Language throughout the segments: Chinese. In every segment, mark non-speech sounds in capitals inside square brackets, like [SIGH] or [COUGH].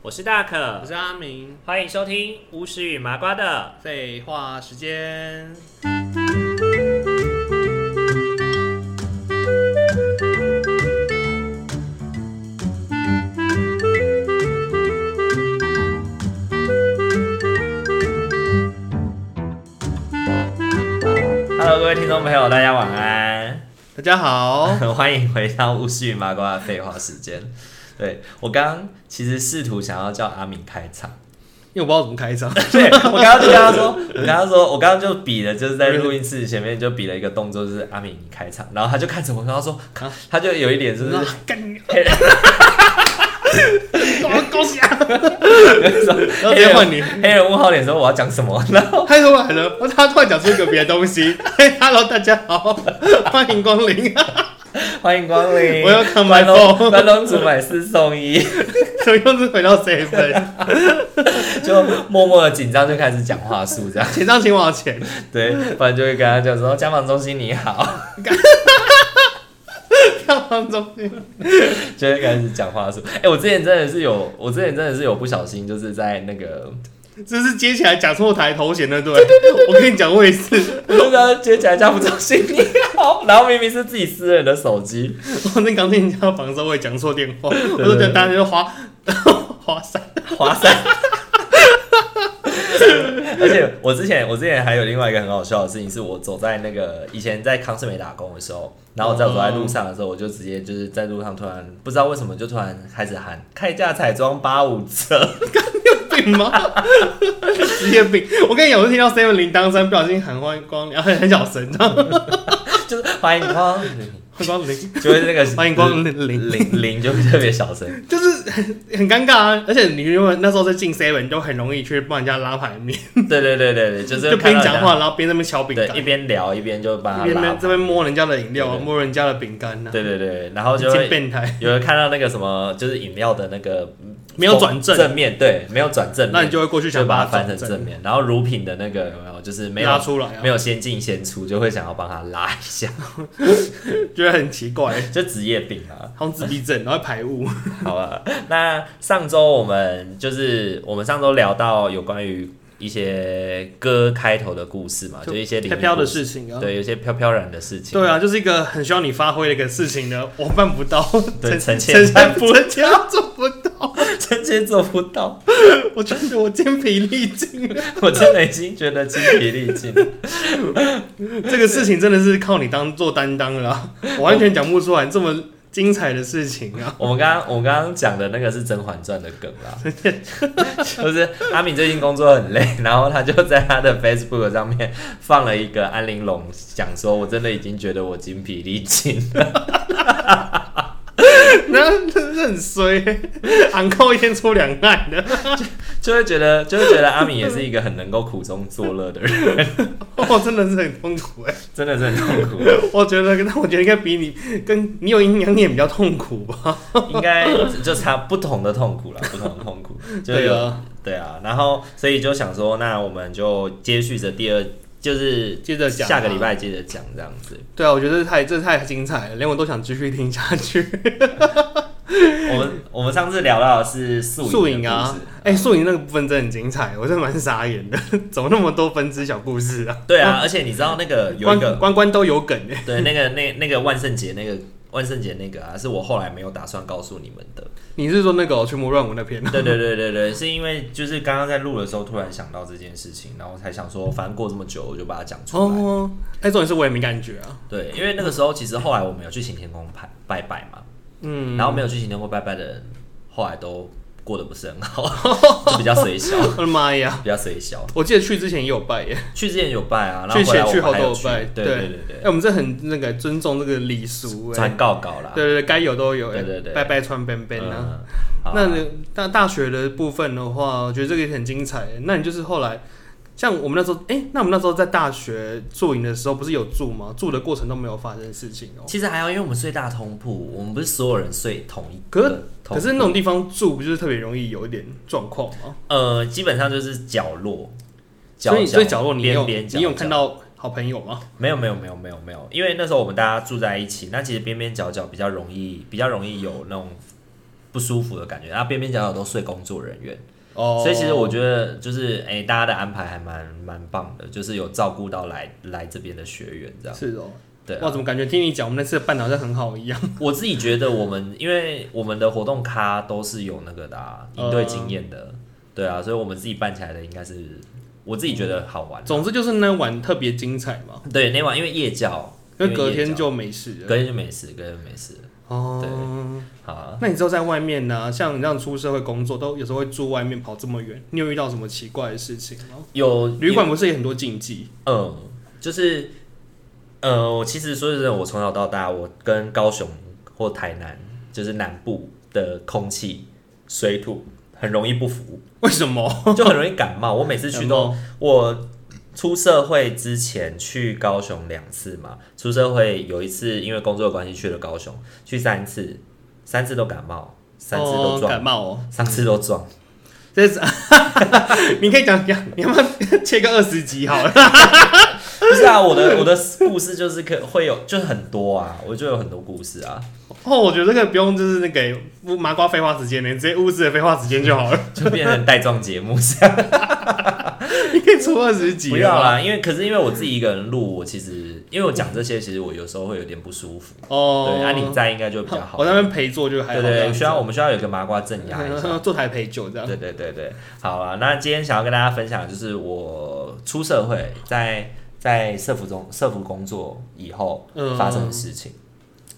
我是大可我，是阿明，欢迎收听巫师与麻瓜的。废话时间。 Hello，各位听众朋友，大家晚安， [LAUGHS] 大家 [LAUGHS] 好，欢迎回到巫师与麻瓜的废话时间。对我刚刚其实试图想要叫阿敏开场， [LAUGHS] 因为我不知道怎么开 [LAUGHS] 场，对我刚刚就跟他说，我跟他说，我刚刚就比了，就是在录音室前面就比了一个动作，就是阿敏你开场，然后他就看着我，然后说，他就有一点就是 [LAUGHS] 啊干你，我恭喜啊！然后直接换你，黑人问号脸说我要讲什么，然后太突然了，他突然讲出一个别的东西。 [LAUGHS] 嘿，Hello，大家 [LAUGHS] 好，欢迎光临。 [LAUGHS] 欢迎光临，我要看关 my 东 phone 关东煮买四送一。怎么又是回到 seven？就默默的紧张就开始讲话术这样，请上请往前。对，不然就会跟他讲说哦家访中心你好， [LAUGHS] 票房中心，就会开始讲话术。哎、我之前真的是有，我之前真的是有不小心就是在那个，这是接起来讲错台头衔的，对不对？我跟你讲，我也是，我就刚接起来家访中心你好， [LAUGHS] 然后明明是自己私人的手机，我那刚进家房的时候，我也讲错电话，我对就觉得大家就 [LAUGHS] 花花伞。华山。而且我之前我之前还有另外一个很好笑的事情，是我走在那个以前在康士美打工的时候，然后我在走在路上的时候，我就直接就是在路上突然不知道为什么就突然开始喊开价彩妆八五折，病吗？职业病。我跟你讲，我是听到 Seven 铃铛声，不小心喊欢光临，然后很小声，[LAUGHS] 然后就是欢迎光临，欢光临，就会那个 [LAUGHS] 欢迎光临，零零就会特别小声，就是很很尴尬啊。而且你如果那时候在进 Seven，你就很容易去帮人家拉牌面，对对对对对，就是就看边到人家讲话，然后边在那边敲饼干，对一边聊一边就帮他一边拉在嘛，这边摸人家的饮料啊，对对摸人家的饼干呐，对对对，然后就进会变态，有人看到那个什么就是饮料的那个没有转正，正面对，没有转正面，那你就会过去就想把它它翻成转正面，然后乳品的那个有没有就是没有拉出来啊没，有先进先出，就会想要帮他拉一下， [LAUGHS] 觉得很奇怪，就职业病啊。好像自闭症，然后 [LAUGHS] 排污，好吧，那上周我们就是我们上周聊到有关于一些歌开头的故事嘛，就一些灵异飘飘的故事事情啊。对，有些飘飘然的事情。 [LAUGHS] 对啊，就是一个很需要你发挥的一个事情呢，我办不 [LAUGHS] 到，对呈呈现现不呈现做不到， [LAUGHS] 臣妾做不到，我觉得我精疲力尽了。我真的已经觉得精疲力尽。 [LAUGHS] 这个事情真的是靠你当做担当了 [LAUGHS] 啊，我完全讲不出来这么精彩的事情啊。 [LAUGHS] 我们刚刚我们刚刚讲的那个是《甄嬛传》的梗啦， [LAUGHS] 就是阿敏最近工作很累， [LAUGHS] 然后他就在他的 Facebook 上面放了一个安玲珑，讲说我真的已经觉得我精疲力尽，那真是很衰、 [LAUGHS] 昂扣一天出两难的， [LAUGHS] 就会觉得就会觉得阿敏也是一个很能够苦中作乐的人， [LAUGHS] 哦，真的是很痛苦哎、真的是很痛苦。我觉得，那我觉得应该比你跟你有营养，你也比较痛苦吧？应该就差不同的痛苦啦，不同的痛苦，就是对有啊对啊，然后所以就想说，那我们就接续着第二，就是接着讲啊下个礼拜接着讲这样子。对啊，我觉得太这太精彩了，连我都想继续听下去。我们我们上次聊到的是宿宿营营的啊故事，哎、宿营那个部分真的很精彩，我真的蛮傻眼的，怎么那么多分支小故事啊？对啊，而且你知道那个有一关个关关都有梗哎、对那个那那个万圣节那个。万圣节那个啊，是我后来没有打算告诉你们的。你是说那个哦、去魔乱舞 [LAUGHS] 那篇？对对对对对，是因为就是刚刚在录的时候突然想到这件事情，然后才想说，反正过这么久，我就把它讲出来。哦，哎、重点是我也没感觉啊。对，因为那个时候其实后来我们有去行天宫拜拜拜嘛，嗯，然后没有去行天宫拜拜的人，后来都过得不是很好，就比较随小，我的妈呀！比较随小。我记得去之前也有拜耶，去之前有拜啊，然后去回来前我去们后还都有有去，拜，对对对哎、对，我们这很那个尊重这个礼俗哎、传告稿啦，对对对，该有都有对哎、对对拜拜穿边边啊。嗯，好啊那你大大学的部分的话，我觉得这个也很精彩。那你就是后来，像我们那时候，哎、那我们那时候在大学宿营的时候，不是有住吗？住的过程都没有发生事情哦、其实还好，因为我们睡大通铺，我们不是所有人睡同一可是个同可是那种地方住，不就是特别容易有一点状况吗？呃，基本上就是角落，角所以所以角角落你有边边角你有角看到好朋友吗？没有没有没有没有没有，因为那时候我们大家住在一起，那其实边边角角比较容易比较容易有那种不不舒服的感觉。然后边边角角都睡工作人员，哦，所以其实我觉得就是哎、大家的安排还蛮蛮棒的，就是有照顾到来来这边的学员这样。是哦，对啊、哇，怎么感觉听你讲我们那次的办好像很好一样？我自己觉得我们因为我们的活动咖都是有那个的、啊、应对经验的，呃对啊，所以我们自己办起来的应该是我自己觉得好玩。总之就是那晚特别精彩嘛，对，那晚因为夜教，因因为为隔夜天教就没事了。隔天就没事，隔天就没事。哦，好啊、那你之后在外面呢、像你这样出社会工作，都有时候会住外面跑这么远，你有遇到什么奇怪的事情吗？有旅馆不是也很多禁忌？嗯，就是，呃，我其实说真的，我从小到大，我跟高雄或台南，就是南部的空气、水土很容易不服，为什么？就很容易感冒。我每次去都，我出社会之前去高雄两次嘛，出社会有一次因为工作的关系去了高雄，去三次，三次都感冒，三次都哦撞，感冒哦。三次都撞。这是， [LAUGHS] 你可以讲讲，你要不要 [LAUGHS] 切个二十集好了？不是啊，我 [LAUGHS] 的我的故事就是可会有，就是很多啊，我就有很多故事啊。哦，我觉得这个不用，就是那个麻瓜废话时间呢，直接乌兹的废话时间就好了。 [LAUGHS] 就变成带状节目这样。你可以出二十集不要啊了吧。啦，因为可是因为我自己一个人录，我其实因为我讲这些，其实我有时候会有点不舒服。哦，对，啊，你在应该就比较哦好。我在那边陪坐就还对好。对，需要我们需要有个麻瓜镇压一下。 [LAUGHS] 坐台陪酒这样。对对对对，好了，那今天想要跟大家分享的就是我出社会在在社服中社服工作以后嗯发生的事情。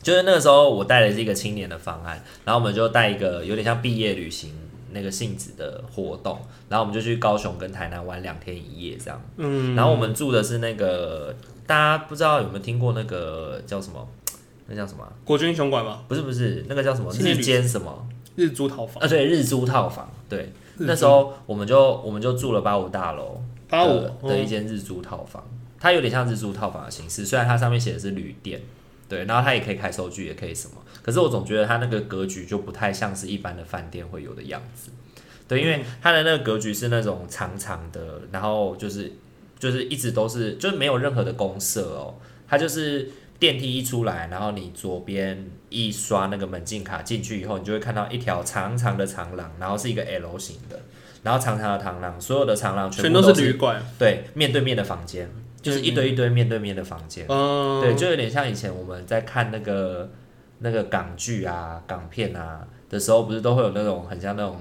就是那个时候，我带了这个青年的方案，然后我们就带一个有点像毕业旅行那个性质的活动，然后我们就去高雄跟台南玩两天一夜这样。嗯，然后我们住的是那个，大家不知道有没有听过那个叫什么？那叫什么啊？国军雄馆嘛，不是不是，那个叫什么？青年日旅间什么？日租套房啊，对，日租套房。对，日租那时候我们就我们就住了八五大楼八五哦的的一间日租套房，它有点像日租套房的形式，虽然它上面写的是旅店，对，然后它也可以开收据，也可以什么，可是我总觉得它那个格局就不太像是一般的饭店会有的样子，对，因为它的那个格局是那种长长的，然后就是就是一直都是就是没有任何的公社哦，它就是。电梯一出来，然后你左边一刷那个门禁卡进去以后，你就会看到一条长长的长廊，然后是一个 L 型的，然后长长的长廊，所有的长廊全部都都是旅馆。对，面对面的房间，就是一堆一堆面对面的房间。嗯，对，就有点像以前我们在看那个那个港剧啊、港片啊的时候，不是都会有那种很像那种，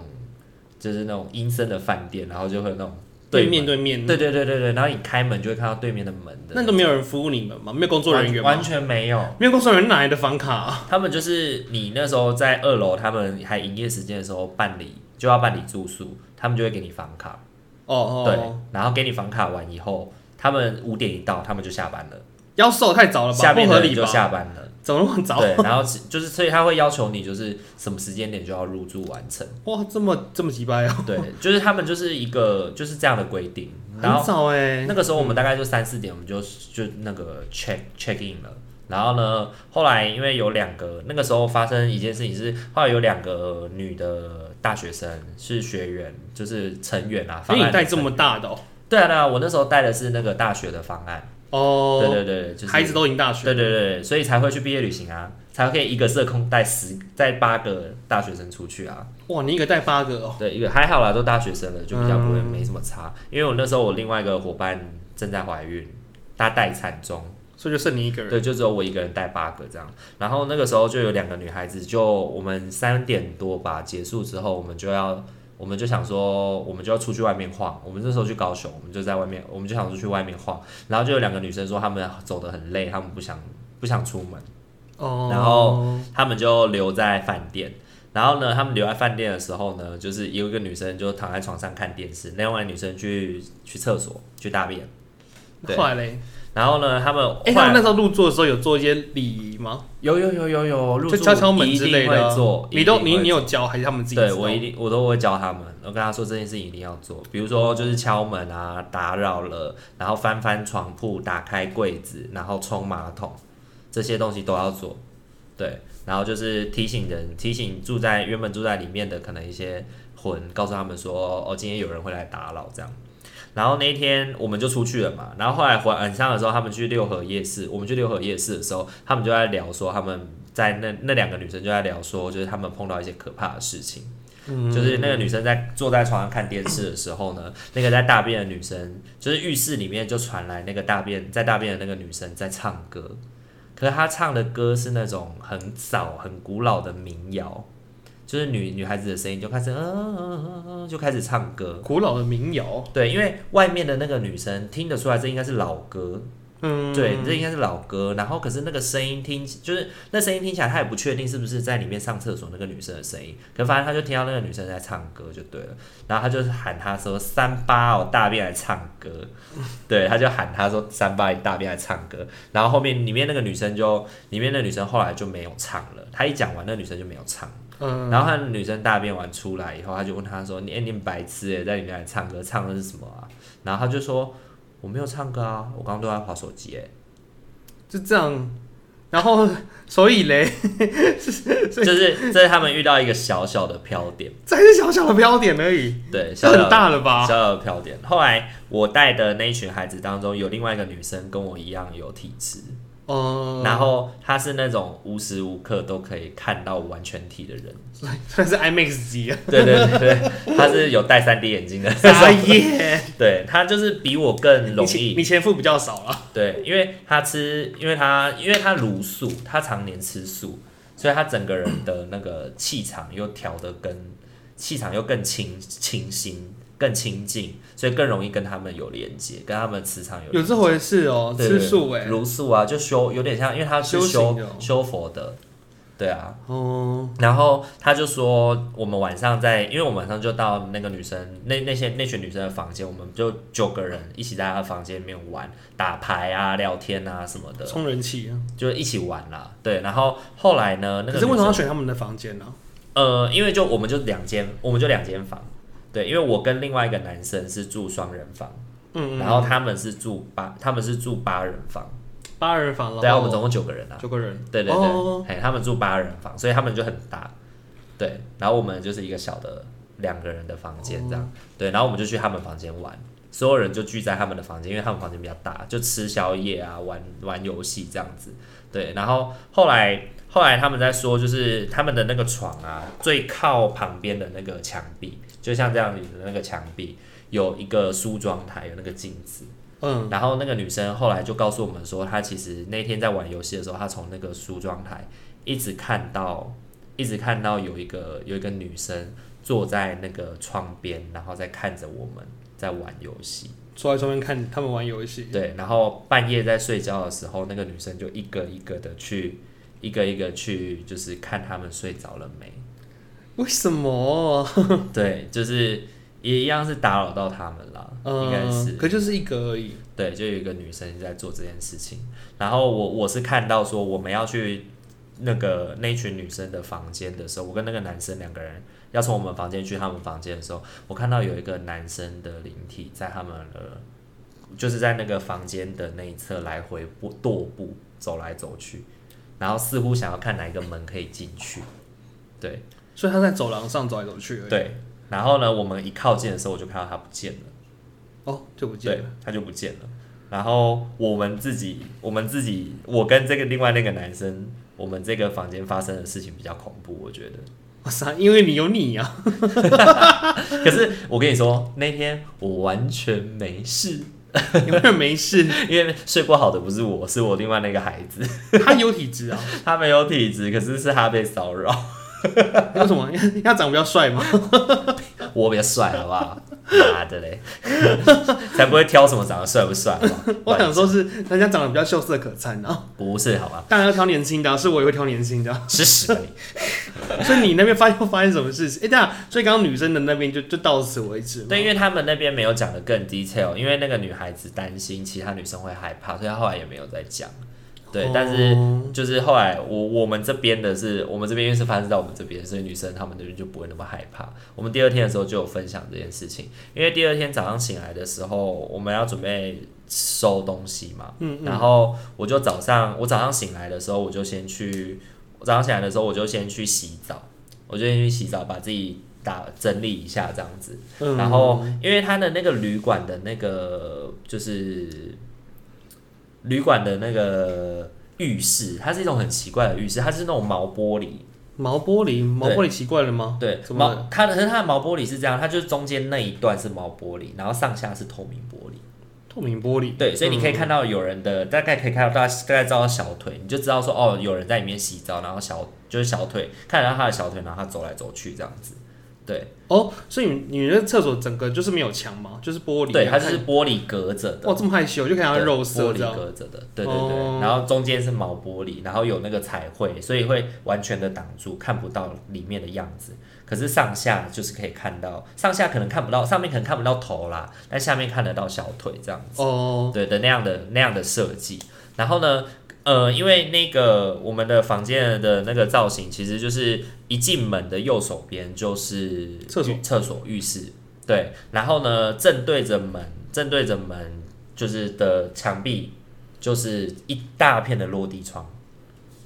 就是那种阴森的饭店，然后就会有那种对门面对面。对，对对对对，然后你开门就会看到对面的门的，那都没有人服务你们吗？没有工作人员完吗完？全没有。没有工作人员哪来的房卡啊？他们就是你那时候在二楼，他们还营业时间的时候办理就要办理住宿，他们就会给你房卡，哦对哦，，然后给你房卡完以后，他们五点一到，他们就下班了。要售太早了吧？下不面合的理人就吧？下班了，怎么那么早？对，然后其就是所以他会要求你就是什么时间点就要入住完成，哇，这么这么鸡掰啊！ [LAUGHS] 对，就是他们就是一个就是这样的规定，然很后早哎、那个时候我们大概就三四点我们就就那个 check check in 了。然后呢，后来因为有两个，那个时候发生一件事情是，后来有两个女的大学生是学员，就是成员啊，因方为案你带这么大的哦、对啊对啊，我那时候带的是那个大学的方案，哦，对对对，就是孩子都已经大学，对对对，所以才会去毕业旅行啊，才可以一个社空带十带八个大学生出去啊。哇，你一个带八个哦、对，一个还好啦，都大学生了，就比较不会嗯没什么差。因为我那时候我另外一个伙伴正在怀孕，她待产中，所以就剩你一个人。对，就只有我一个人带八个这样。然后那个时候就有两个女孩子，就我们三点多吧结束之后，我们就要。我们就想说，我们就要出去外面晃。我们那时候去高雄，我们就在外面，我们就想出去外面晃。然后就有两个女生说，她们走得很累，她们不想不想出门。哦，然后他们就留在饭店。然后呢，他们留在饭店的时候呢，就是有一个女生就躺在床上看电视，另外一个女生去去厕所去大便。对后来嘞，然后呢，他们后哎、他来们那时候入座的时候有做一些礼仪吗？有有有有有入就住敲敲门一之定类的啊、会做，你都一定你会你做有教还是他们自己知道？对我一定我都会教他们，我跟他说这件事情一定要做，比如说就是敲门啊，打扰了，然后翻翻床铺，打开柜子，然后冲马桶，这些东西都要做。对，然后就是提醒人，提醒住在原本住在里面的可能一些魂，告诉他们说，哦，今天有人会来打扰这样。然后那一天我们就出去了嘛，然后后来晚上的时候，他们去六合夜市，我们去六合夜市的时候，他们就在聊说他们在那那两个女生就在聊说，就是她们碰到一些可怕的事情。嗯就是那个女生在坐在床上看电视的时候呢，那个在大便的女生，就是浴室里面就传来那个大便在大便的那个女生在唱歌，可是她唱的歌是那种很早很古老的民谣，就是女女孩子的声音就开始嗯嗯嗯嗯嗯就开始唱歌。古老的民谣，对，因为外面的那个女生听得出来，这应该是老歌，嗯，对，这应该是老歌。然后可是那个声音听，就是那声音听起来，她也不确定是不是在里面上厕所那个女生的声音。可反正她就听到那个女生在唱歌就对了，然后她就喊她说“三八哦，大便来唱歌”，对，她就喊她说“三八，你大便来唱歌”。然后后面里面那个女生就，里面那个女生后来就没有唱了。她一讲完，那个女生就没有唱。嗯，然后她女生大便完出来以后，她就问她说：“你、欸、你很白痴诶，在里面还唱歌，唱的是什么啊？”然后她就说：“我没有唱歌啊，我刚刚都在划手机欸诶。”就这样，然后 [LAUGHS] 所以嘞，就是这是他们遇到一个小小的飘点，这还是小小的标点而已， [LAUGHS] 对，这小小很的大了吧小？小的飘点。后来我带的那一群孩子当中，有另外一个女生跟我一样有体质，哦，然后她是那种无时无刻都可以看到完全体的人，呃算是 IMAX 级 [LAUGHS] 啊，对对对对，她是有戴三 D 眼镜的，傻耶！ [LAUGHS] 对她就是比我更容哎你前易，你前夫比较少了，对，因为她吃，因为她因为她茹素，她常年吃素，所以她整个人的那个气场又调得跟气场又更清清新、更清净，所以更容易跟他们有连接，跟他们磁场有有连接这回事哦，对吃对素哎，茹素啊，就修有点像，因为他是修行修的哦修佛的，对啊。哦，然后他就说，我们晚上在，因为我们晚上就到那个女生那那些那群女生的房间，我们就九个人一起在她的房间里面玩打牌啊、聊天啊什么的，充人气啊。就一起玩啦。对，然后后来呢，那可个是为女什么要生选他们的房间呢？呃，因为就我们就两间，我们就两间房。对，因为我跟另外一个男生是住双人房，嗯，然后他们是住八，他们是住八人房。八人房了，对啊，我们总共九个人啊。九个人，对对对，哦嘿，他们住八人房，所以他们就很大。对，然后我们就是一个小的两个人的房间这样。对，然后我们就去他们房间玩，所有人就聚在他们的房间，因为他们房间比较大，就吃宵夜啊，玩玩游戏这样子。对，然后后来后来他们在说，就是他们的那个床啊，最靠旁边的那个墙壁，就像这样子的那个墙壁。有一个梳妆台，有那个镜子，嗯，然后那个女生后来就告诉我们说，她其实那天在玩游戏的时候，她从那个梳妆台一直看到，一直看到有一个有一个女生坐在那个窗边，然后在看着我们在玩游戏。坐在中间看他们玩游戏，对，然后半夜在睡觉的时候，那个女生就一个一个的去，一个一个去，就是看他们睡着了没。为什么？对，就是也一样是打扰到他们啦，应该是嗯，。可就是一个而已，对，就有一个女生在做这件事情。然后我我是看到说我们要去那个那群女生的房间的时候，我跟那个男生两个人要从我们房间去他们房间的时候，我看到有一个男生的灵体在他们的，就是在那个房间的那一侧来回踱踱步走来走去，然后似乎想要看哪一个门可以进去。对所以他在走廊上走来走去而已。，对，然后呢，我们一靠近的时候，我就看到他不见了。哦，就不见对了。，他就不见了。然后我们自己，我们自己，我跟这个另外那个男生，我们这个房间发生的事情比较恐怖，我 [LAUGHS] 觉得。哇塞，因为你有你呀、啊，可是我跟你说，那天我完全没事，有没有没事？ [LAUGHS] 因为睡不好的不是我，是我另外那个孩子， [LAUGHS] 他有体质啊，他没有体质，可是是他被骚扰。 [LAUGHS] 为什么？ [LAUGHS] 因为他长得比较帅嘛。我比较帅，好不好？妈的 [LAUGHS] 嘞，才不会挑什么长得帅不帅，好不好我想说是人家长得比较秀色可餐啊，不是，好吧？当然要挑年轻的、啊，是我也会挑年轻的啊、 [LAUGHS] 吃屎吧你！所以你那边发又发生什么事情？哎、对啊，所以刚刚女生的那边就就到此为止嘛。对，因为他们那边没有讲的更 detail，因为那个女孩子担心其他女生会害怕，所以她后来也没有再讲。对，但是就是后来我我们这边的是，我们这边因为是发生在我们这边，所以女生她们那边就不会那么害怕。我们第二天的时候就有分享这件事情，因为第二天早上醒来的时候，我们要准备收东西嘛，嗯然后我就早上我早上醒来的时候，我就先去，我早上醒来的时候我就先去洗澡，我就先去洗澡，把自己打整理一下这样子，嗯然后因为他的那个旅馆的那个就是旅馆的那个。浴室，它是一种很奇怪的浴室，它是那种毛玻璃，毛玻璃，毛对玻璃奇怪了吗？对，怎么毛了？它的可是它的毛玻璃是这样，它就是中间那一段是毛玻璃，然后上下是透明玻璃。透明玻璃。对，所以你可以嗯看到有人的、大概可以看到大大概照到小腿，你就知道说哦，有人在里面洗澡，然后小就是小腿看得到他的小腿，然后他走来走去这样子。对哦，所以你你的厕所整个就是没有墙嘛，就是玻璃。对，它就是玻璃隔着的哇，，这么害羞，就看它对肉色玻这样璃。隔着的，对对对。哦然后中间是毛玻璃，然后有那个彩绘，所以会完全的挡住，看不到里面的样子。可是上下就是可以看到，上下可能看不到，上面可能看不到头啦，但下面看得到小腿这样子。哦，对的那样的那样的设计。然后呢，呃，因为那个我们的房间的那个造型，其实就是一进门的右手边就是厕所浴厕所浴室，对。然后呢，正对着门，正对着门就是的墙壁，就是一大片的落地窗。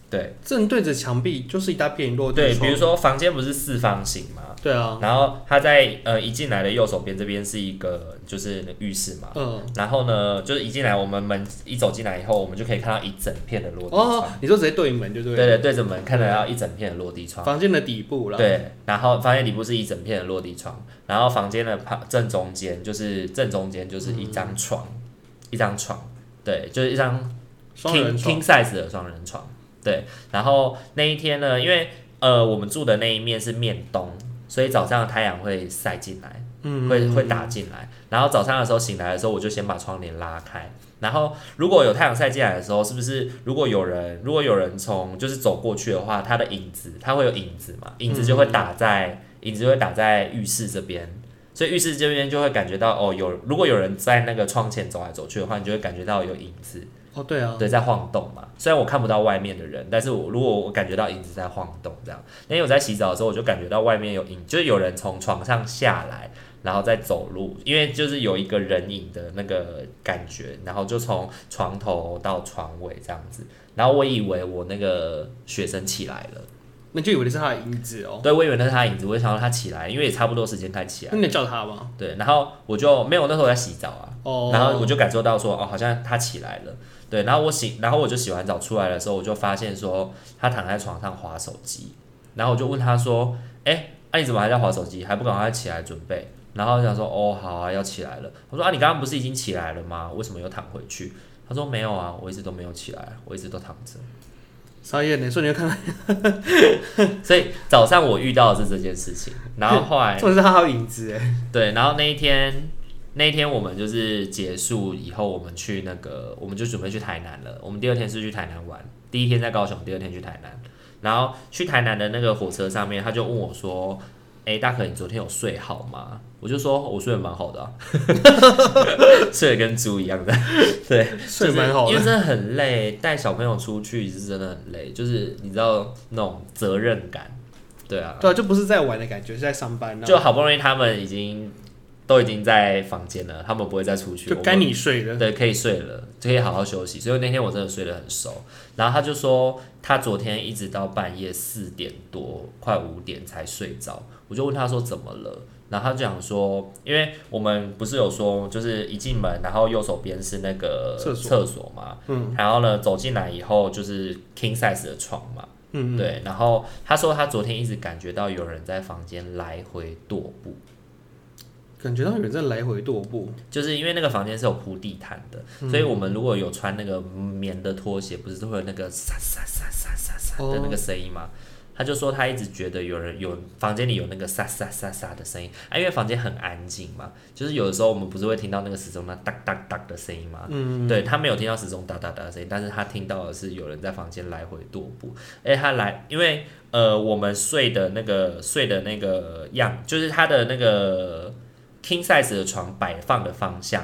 对正对着墙壁就是一大片落地对，窗比如说房间不是四方形吗？对啊，然后它在呃一进来的右手边这边是一个就是浴室嘛，嗯，然后呢，就是一进来，我们门一走进来以后，我们就可以看到一整片的落地窗。哦，你说直接对门就对对了。对，对着门看得到一整片的落地窗。房间的底部啦。，对，然后房间底部是一整片的落地窗，然后房间的旁正中间就是正中间就是一张床，一张床，对，就是一张双 king 人床 king。size 的双人床。对，然后那一天呢，因为呃我们住的那一面是面东，所以早上的太阳会晒进来，嗯，会会打进来。然后早上的时候醒来的时候，我就先把窗帘拉开。然后如果有太阳晒进来的时候，是不是如果有人如果有人从就是走过去的话，它的影子它会有影子嘛？影子就嗯会打在、影子就会打在浴室这边，所以浴室这边就会感觉到哦有如果有人在那个窗前走来走去的话，你就会感觉到有影子。哦，对啊，对，在晃动嘛。虽然我看不到外面的人，但是我如果我感觉到影子在晃动这样，那天我在洗澡的时候，我就感觉到外面有影，就是有人从床上下来，然后再走路，因为就是有一个人影的那个感觉，然后就从床头到床尾这样子。然后我以为我那个学生起来了，那就以为是他的影子哦。对我以为那是他的影子，我就想到他起来，因为也差不多时间该起来那。你叫他吗？对，然后我就没有，那时候我在洗澡啊，哦，然后我就感受到说，哦，好像他起来了，对，然后我洗，然后我就洗完澡出来的时候，我就发现说他躺在床上划手机，然后我就问他说，哎，那、你怎么还在划手机，还不赶快起来准备？然后他想说，哦，好啊，要起来了。我说啊，你刚刚不是已经起来了吗？为什么又躺回去？他说没有啊，我一直都没有起来，我一直都躺着。沙燕呢，欸所以你就看到，所以早上我遇到的是这件事情，然后后来重点是他还有影子 [LAUGHS] 哎。对，然后那一天，那一天我们就是结束以后，我们去那个，我们就准备去台南了。我们第二天是去台南玩，第一天在高雄，第二天去台南。然后去台南的那个火车上面，他就问我说：“哎，大可，你昨天有睡好吗？”我就说：“我睡得蛮好的、啊， [LAUGHS] 睡得跟猪一样的。”对，睡得蛮好的就是因为真的很累，带小朋友出去是真的很累，就是你知道那种责任感，对啊。对啊，就不是在玩的感觉，是在上班啊。就好不容易他们已经都已经在房间了，他们不会再出去，就我们该你睡了。对可以睡了，可以好好休息。所以那天我真的睡得很熟。然后他就说他昨天一直到半夜四点多快五点才睡着，我就问他说怎么了。然后他就讲说，因为我们不是有说，就是一进门，然后右手边是那个厕所厕所嘛，嗯然后呢走进来以后就是 king size 的床嘛，嗯，对，然后他说他昨天一直感觉到有人在房间来回踱步，感觉到有人在来回踱步。就是因为那个房间是有铺地毯的，所以我们如果有穿那个棉的拖鞋，不是都会有那个沙沙沙沙沙沙的哦那个声音吗？他就说他一直觉得有人有房间里有那个沙沙沙沙的声音啊，因为房间很安静嘛，就是有的时候我们不是会听到那个时钟那哒哒哒的声音吗？嗯，对他没有听到时钟哒哒哒的声音，但是他听到的是有人在房间来回踱步。哎，他来，因为呃，我们睡的那个睡的那个样，就是他的那个 king size 的床摆放的方向，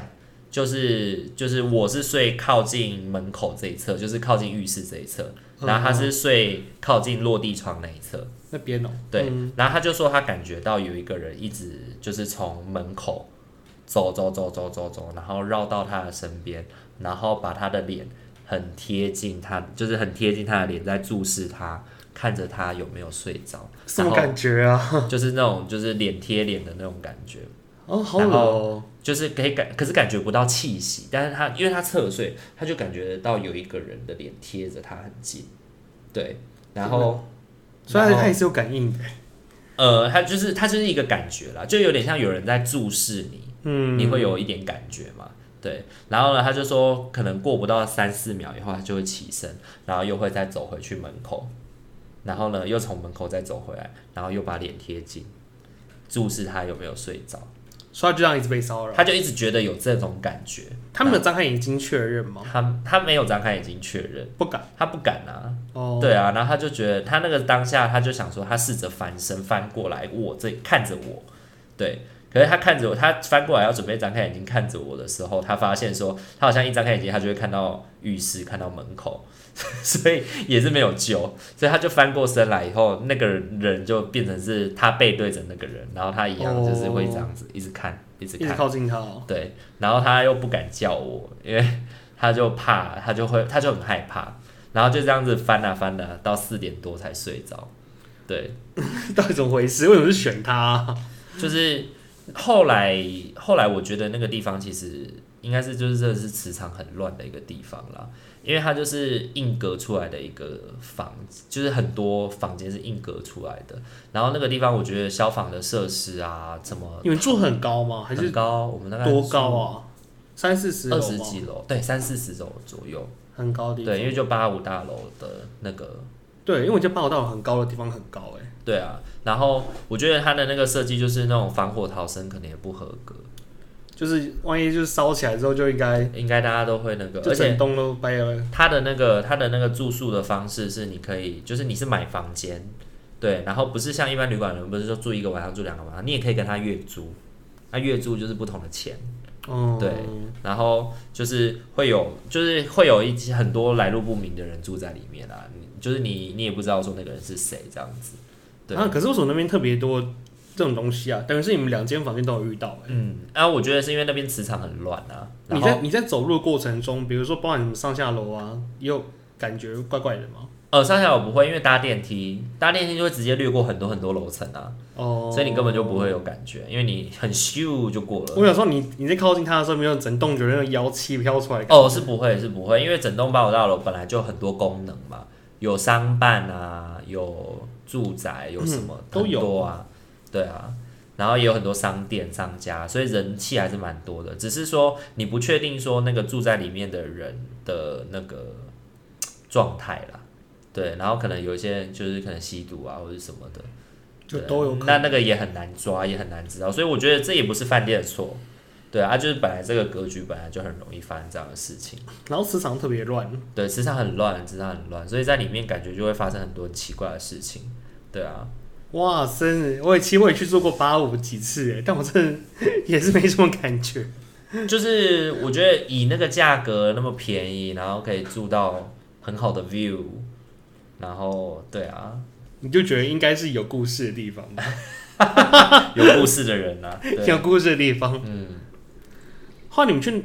就是就是我是睡靠近门口这一侧，就是靠近浴室这一侧，然后他是睡靠近落地窗那一侧。那边哦。对嗯，然后他就说他感觉到有一个人一直就是从门口走走走走走走，然后绕到他的身边，然后把他的脸很贴近他，就是很贴近他的脸，在注视他，看着他有没有睡着，什然么后感觉啊？就是那种就是脸贴脸的那种感觉。哦，好然冷后哦，就是可以感，可是感觉不到气息，但是他因为他侧睡，他就感觉得到有一个人的脸贴着他很近，对，然后，所以然它后它也是有感应的。呃，他就是他就是一个感觉啦，就有点像有人在注视你，嗯，你会有一点感觉嘛？对，然后呢，他就说可能过不到三四秒以后，他就会起身，然后又会再走回去门口，然后呢，又从门口再走回来，然后又把脸贴近，注视他有没有睡着，所以它就让你一直被骚扰。他就一直觉得有这种感觉，他们有张开眼睛确认吗？他他没有张开眼睛确认，不敢他不敢啊，哦。对啊，然后他就觉得他那个当下，他就想说，他试着翻身翻过来，我这看着我，对。可是他看着我，他翻过来要准备张开眼睛看着我的时候，他发现说，他好像一张开眼睛，他就会看到浴室，看到门口， [LAUGHS] 所以也是没有救。所以他就翻过身来以后，那个人就变成是他背对着那个人，然后他一样就是会这样子一直看，一直一直看，靠近他哦。 [LAUGHS] 对，然后他又不敢叫我，因为他就怕，他就会，他就很害怕，然后就这样子翻啊翻啊，到四点多才睡着。对，到底怎么回事？为什么是选他啊？就是后来后来，我觉得那个地方其实应该是就是真的是磁场很乱的一个地方啦，因为它就是硬隔出来的一个房，就是很多房间是硬隔出来的，然后那个地方我觉得消防的设施啊，怎么你们住很高吗？还很是高，我们大概多高啊？三四十二楼十吗？几楼，对，三四十楼左右。很高的地方。对，因为就八五大楼的那个，对，因为我觉得八楼到很高的地方很高哎、对啊。然后我觉得它的那个设计就是那种防火逃生，可能也不合格，就是万一就是烧起来之后就应该应该大家都会那个。就而且整栋都白了。它的那个它的那个住宿的方式是，你可以就是你是买房间，对，然后不是像一般旅馆人不是说住一个晚上住两个晚上，你也可以跟他月租，那月租就是不同的钱。哦，对然后就是会有，就是会有一些很多来路不明的人住在里面啊，你就是你你也不知道说那个人是谁这样子，对。啊，可是为什么那边特别多这种东西啊？等于是你们两间房间都有遇到、欸。嗯，啊，我觉得是因为那边磁场很乱啊。然你后在你在走路的过程中，比如说包含什么上下楼啊，也有感觉怪怪的吗？呃，上下我不会，因为搭电梯，搭电梯就会直接掠过很多很多楼层啊，哦，所以你根本就不会有感觉，因为你很咻就过了。我想说你，你在靠近它的时候，没有整栋觉得那个妖气飘出来的感觉。哦，是不会，是不会，因为整栋八五大楼本来就很多功能嘛，有商办啊，有住宅，有什么、嗯都有很多啊，对啊，然后也有很多商店商家，所以人气还是蛮多的。只是说你不确定说那个住在里面的人的那个状态啦，对，然后可能有一些人就是可能吸毒啊或者什么的，就对都有可那能。那个也很难抓，也很难知道，所以我觉得这也不是饭店的错。对啊，就是本来这个格局本来就很容易发生这样的事情。然后磁场特别乱，对，磁场很乱，磁场很乱，所以在里面感觉就会发生很多很奇怪的事情。对啊，哇，真的，我也其实我也去做过八五几次哎，但我真的 [LAUGHS] 也是没什么感觉。就是我觉得以那个价格那么便宜，然后可以住到很好的 view，然后对啊，你就觉得应该是有故事的地方，有故事的人啊，对， [LAUGHS] 有故事的地方。嗯，后来你们去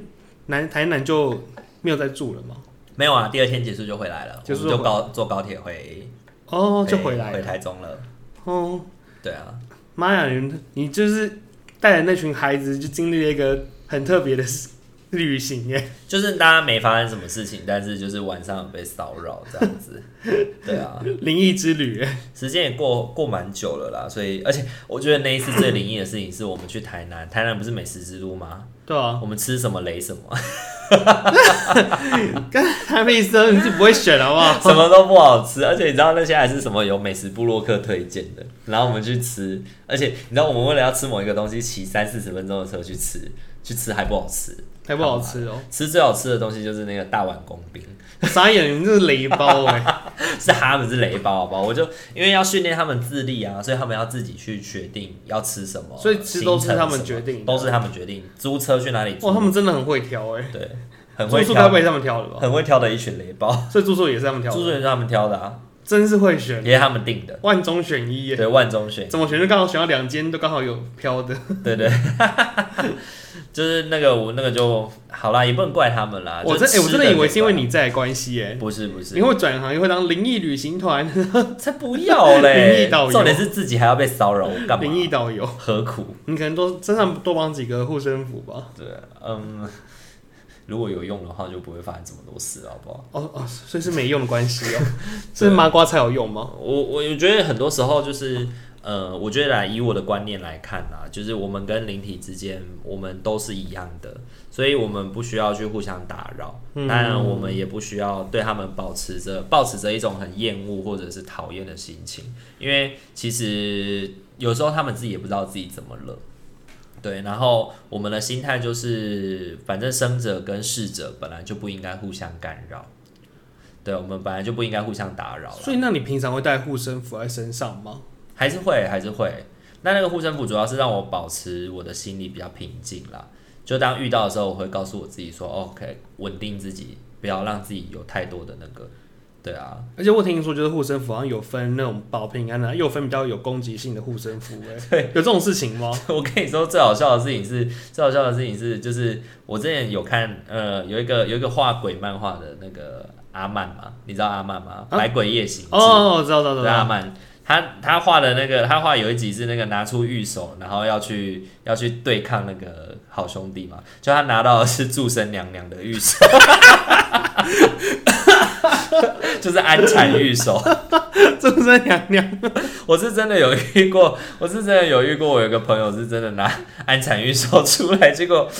南台南就没有再住了吗？没有啊，第二天结束就回来了，结束我们就就高坐高铁回，哦，就回回来哎回了。台中了。哦，对啊，妈呀，你们你就是带着那群孩子就经历了一个很特别的事 [LAUGHS] 旅行耶。就是大家没发生什么事情，但是就是晚上有被骚扰这样子。对啊，灵异之旅耶，时间也过过蛮久了啦，所以而且我觉得那一次最灵异的事情是我们去台南，台南不是美食之都吗？[LAUGHS] 对啊，我们吃什么雷什么， [LAUGHS] 台北生你是不会选好不好？什么都不好吃，而且你知道那些还是什么有美食部落客推荐的，然后我们去吃，而且你知道我们为了要吃某一个东西，骑三四十分钟的车去吃，去吃还不好吃，还不好吃哦、吃最好吃的东西就是那个大碗工兵，傻眼，你们这是雷包哎、 [LAUGHS] 是他们是雷包好不好？我就因为要训练他们自立啊，所以他们要自己去决定要吃什么，所以吃都是行程他们什么决定的都是他们决定，租车去哪里租哇，他们真的很会挑哎、对，很住会宿该挑不，会是他们挑的吧？很会挑的一群雷包，所以住宿也是他们挑住的。宿也是他们挑的啊。真是会选，也是他们定的，万中选一耶，对，万中选一怎么选就刚好选到两间都刚好有飘的，对 [LAUGHS] 对，就是那个我那个就好啦，也不能怪他们啦。我啊就真哎、吃我真的以为是因为没你在的关系耶关，不是不是你，会转行又会当灵异旅行团、才不要嘞 [LAUGHS] 灵异！导游重点是自己还要被骚扰，干灵异嘛？导游，何苦？你可能多身上多绑几个护身符吧。对，嗯，如果有用的话，就不会发生这么多事，好不好？哦哦，所以是没用的关 [LAUGHS] 系哦，所以麻瓜才有用吗？我我我觉得很多时候就是，呃，我觉得来以我的观念来看啦，就是我们跟灵体之间，我们都是一样的，所以我们不需要去互相打扰，当然我们也不需要对他们保持着保持着一种很厌恶或者是讨厌的心情，因为其实有时候他们自己也不知道自己怎么了。对，然后我们的心态就是，反正生者跟逝者本来就不应该互相干扰，对我们本来就不应该互相打扰啦。所以那你平常会带护身符在身上吗？还是会，还是会。那那个护身符主要是让我保持我的心里比较平静啦。就当遇到的时候，我会告诉我自己说，OK，稳定自己，不要让自己有太多的那个。对啊， [LAUGHS] 而且我听说，就是护身符好像有分那种保平安的、啊又有分比较有攻击性的护身符、 [LAUGHS] 哎，对，有这种事情吗？我跟你说最好笑的事情是，最好笑的事情是，就是我之前有看，呃，有一个有一个画鬼漫画的那个阿曼嘛，你知道阿曼吗？啊百鬼夜行志哦，我知道，知道，知对啊阿道，曼，他他画的那个，他画有一集是那个拿出玉手，然后要去要去对抗那个好兄弟嘛，就他拿到的是祝生娘娘的玉手， [LAUGHS] 就是安产玉手。 [LAUGHS] 真是娘娘，我是真的有遇过，我是真的有遇过，我有个朋友是真的拿安产玉手出来，结果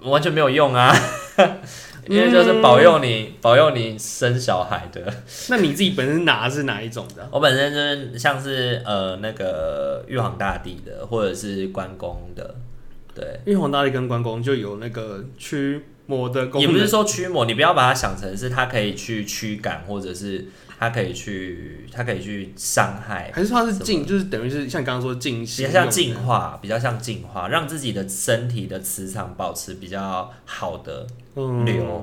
完全没有用啊。 [LAUGHS] 因为就是保佑你，保佑你生小孩的，那你自己本身拿的是哪一种的？我本身就是像是呃那个玉皇大帝的，或者是关公的，对，玉皇大帝跟关公就有那个驱魔的功也能，不是说驱魔，你不要把它想成是他可以去驱赶，或者是他可以去他可以去伤害，还是它是净，就是等于是像你刚刚说净比心较用像的，净化，比较像净化，让自己的身体的磁场保持比较好的流，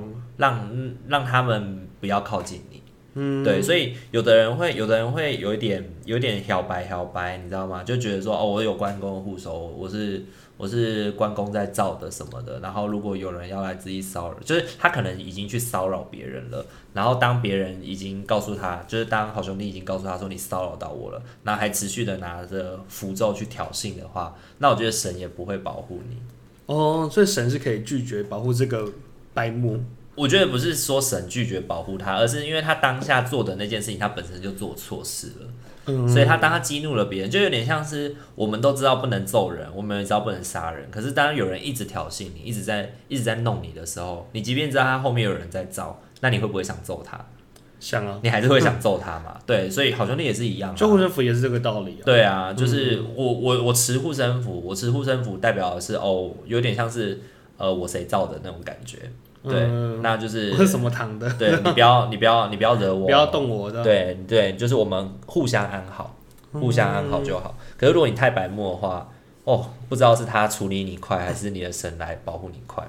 嗯，让让他们不要靠近你。嗯，对，所以有的人会，有的人会有一点，有一点漂白漂白，你知道吗？就觉得说，哦，我有关公的护手，我是我是关公在造的什么的。然后如果有人要来恣意骚扰，就是他可能已经去骚扰别人了。然后当别人已经告诉他，就是当好兄弟已经告诉他说你骚扰到我了，那还持续的拿着符咒去挑衅的话，那我觉得神也不会保护你。哦，所以神是可以拒绝保护这个白木，我觉得不是说神拒绝保护他，而是因为他当下做的那件事情，他本身就做错事了，嗯，所以他当他激怒了别人，就有点像是我们都知道不能揍人，我们也知道不能杀人，可是当有人一直挑衅你，一直在一直在弄你的时候，你即便知道他后面有人在造，那你会不会想揍他？像啊，你还是会想揍他嘛？对，所以好兄弟也是一样啊，就护身符也是这个道理啊，对啊，就是我我我持护身符，我持护身符代表的是哦，有点像是呃我谁造的那种感觉，对，嗯那就是我是什么堂的， [LAUGHS] 对你不要，你不要，你不要惹我，不要。动我嗯的，对对，就是我们互相安好，互相安好就好。可是如果你太白目的话，哦，不知道是他处理你快，还是你的神来保护你快。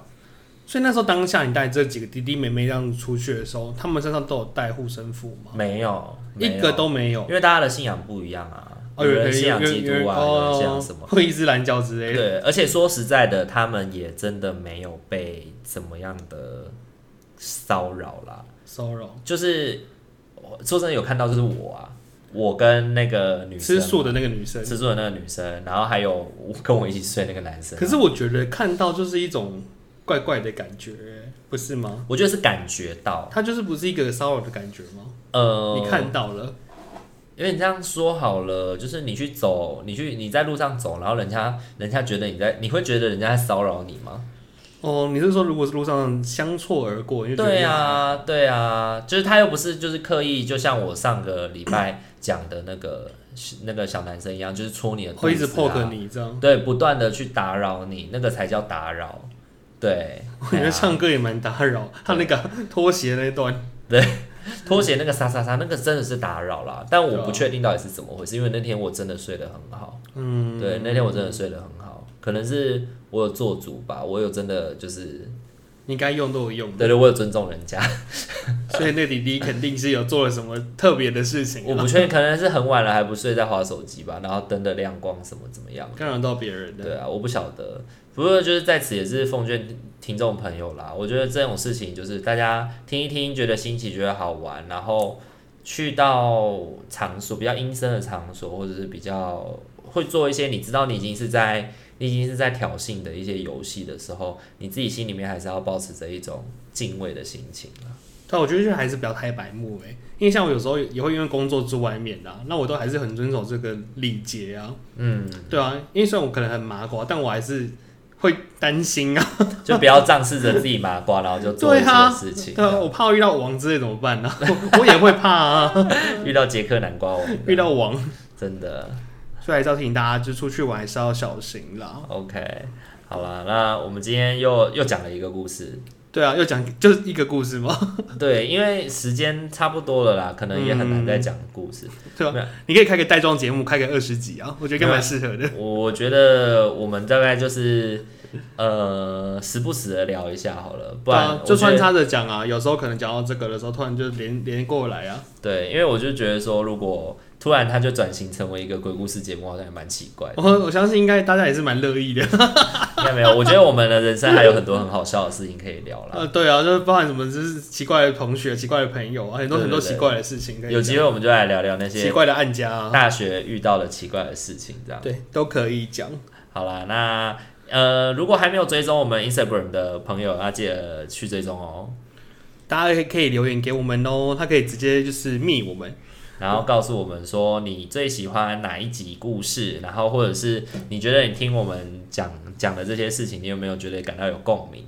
所以那时候当下你带这几个弟弟妹妹这样出去的时候，他们身上都有带护身符吗？没有，没有一个，都没有。因为大家的信仰不一样啊，哦，有人人信仰基督啊，有人信仰哦什么。，会伊斯兰教之类的。对，而且说实在的，他们也真的没有被怎么样的骚扰啦。骚扰，就是我说真的，有看到就是我啊，我跟那个女生啊嘛吃素的那个女生。吃住的那个女生，然后还有我跟我一起睡那个男生。啊可是我觉得看到就是一种怪怪的感觉，不是吗？我觉得是感觉到，他就是不是一个骚扰的感觉吗？呃，你，看到了，因为你这样说好了，就是你去走，你去你在路上走，然后人家人家觉得你在，你会觉得人家在骚扰你吗？哦，你是说如果是路上相错而过，你就觉得对啊，对啊，就是他又不是就是刻意，就像我上个礼拜讲的那个那个小男生一样，就是戳你的肚子、啊，会一直 poke 你这样。对，啊不断的去打扰你，那个才叫打扰。对， [LAUGHS] 我觉对得啊唱歌也蛮打扰，他那个拖鞋那 [LAUGHS] 一段，拖鞋那个沙沙沙，那个真的是打扰啦，但我对不啊确定到底是怎么回事，因为那天我真的睡得很好，嗯，对，那天我真的睡得很好，可能是我有做足吧，我有真的就是你该用都有用的，对对，我有尊重人家，所以那弟弟肯定是有做了什么特别的事情、啊，我不确定，可能是很晚了还不睡，在划手机吧，然后灯的亮光什么怎么样？干扰到别人对的。啊，我不晓得。不过就是在此也是奉劝听众朋友啦，我觉得这种事情就是大家听一听，觉得新奇，觉得好玩，然后去到场所比较阴森的场所，或者是比较会做一些你知道你已经是在你已经是在挑衅的一些游戏的时候，你自己心里面还是要保持着一种敬畏的心情 [LAUGHS] 啊。但我觉得就还是不要太白目哎、因为像我有时候也会因为工作住外面啊，那我都还是很遵守这个礼节啊。嗯，对啊，因为虽然我可能很麻瓜，但我还是会担心啊。就不要仗势着自己麻瓜，然后就做一对啊些事情。对啊，我怕遇到王之类怎么办呢、 [LAUGHS] 我我也会怕 [LAUGHS] 啊，遇到杰克南瓜王， [LAUGHS] 遇到王，真的。所以还是要提醒大家，就出去玩还是要小心啦。 OK，好啦，那我们今天又又讲了一个故 [LAUGHS] 事，对啊，要讲就是一个故事嘛，对，因为时间差不多了啦，可能也很难再讲故事。对没有吧？你可以开个带妆节目，开个二十集啊，我觉得应该蛮适合的。我觉得我们大概就是呃时不时的聊一下好了，不对然、啊，就穿。插着讲啊，有时候可能讲到这个的时候，突然就连连过来啊。对，因为我就觉得说，如果突然他就转型成为一个鬼故事节目，好像也蛮奇怪的。我我相信应该大家也是蛮乐意的。应该没有，我觉得我们的人生还有很多很好笑的事情可以聊啦。呃，对啊，就是包含什么，就是奇怪的同学、奇怪的朋友啊，很多对对很多对奇怪的事情可以有机会我们就来聊聊那讲奇些怪的案家啊，大学遇到的奇怪的事情，这样。对，都可以讲。好啦，那呃，如果还没有追踪我们 Instagram 的朋友，啊要记得去追踪哦。大家可以留言给我们哦，他可以直接就是密我们。 [LAUGHS] 然后告诉我们说你最喜欢哪一集故事，然后或者是你觉得你听我们讲讲的这些事情，你有没有觉得感到有共 [LAUGHS] 鸣？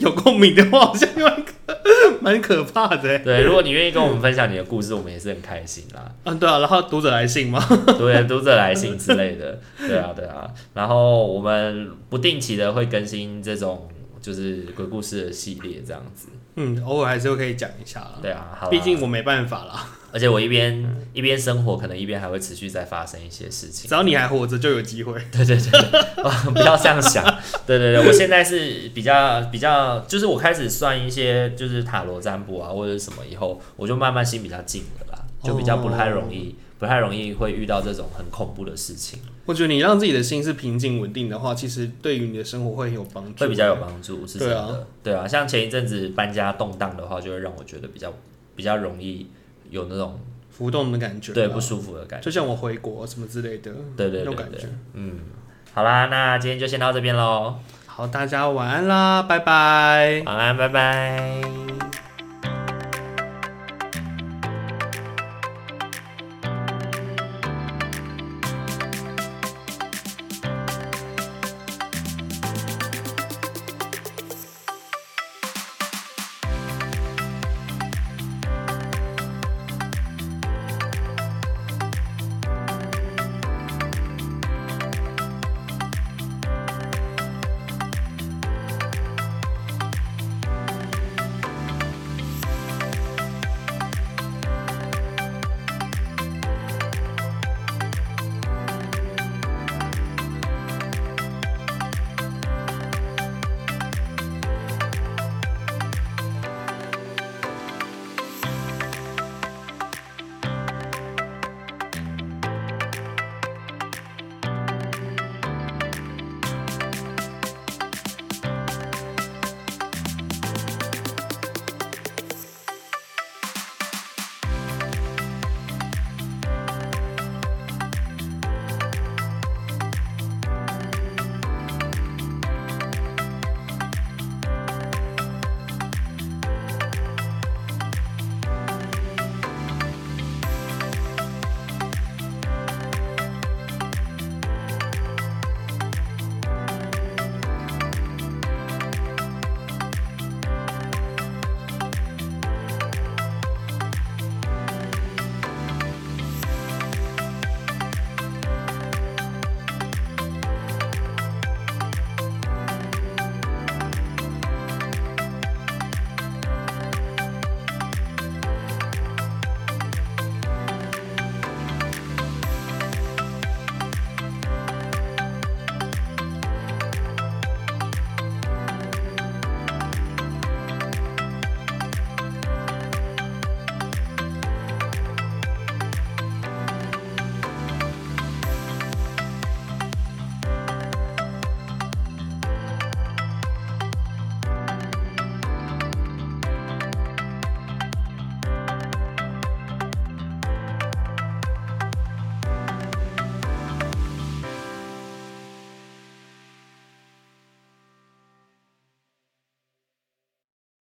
有共鸣的话，好像蛮可蛮可怕的欸。对，如果你愿意跟我们分享你的故事，我们也是很开心啦。啊，对啊，然后读者来信嘛， [LAUGHS] 对，读者来信之类的，对啊，对啊。然后我们不定期的会更新这种就是鬼故事的系列，这样子。嗯，偶尔还是会可以讲一下啦。对啊，好啦。毕竟我没办法啦，而且我一边、嗯一边生活，可能一边还会持续再发生一些事情 [LAUGHS] 只。要你还活着就有机会。 [LAUGHS] 对对对，对哇不要这样想。 [LAUGHS] 对对对，我现在是比较比较，就是我开始算一些就是塔罗占卜啊或者是什么以后，我就慢慢心比较静了啦，就比较不太容易、哦不太容易会遇到这种很恐怖的事情，我觉得你让自己的心是平静稳定的话，其实对于你的生活会有帮助，会比较有帮助，是真嗯对的。啊对啊，像前一阵子搬家动荡的话，就会让我觉得比较比较容易有那种浮动的感觉。对不，舒服的感觉。就像我回国什么之类的，对对那对种对感觉。嗯，好啦，那今天就先到这边喽，好，大家晚安啦，拜拜。晚安，拜拜。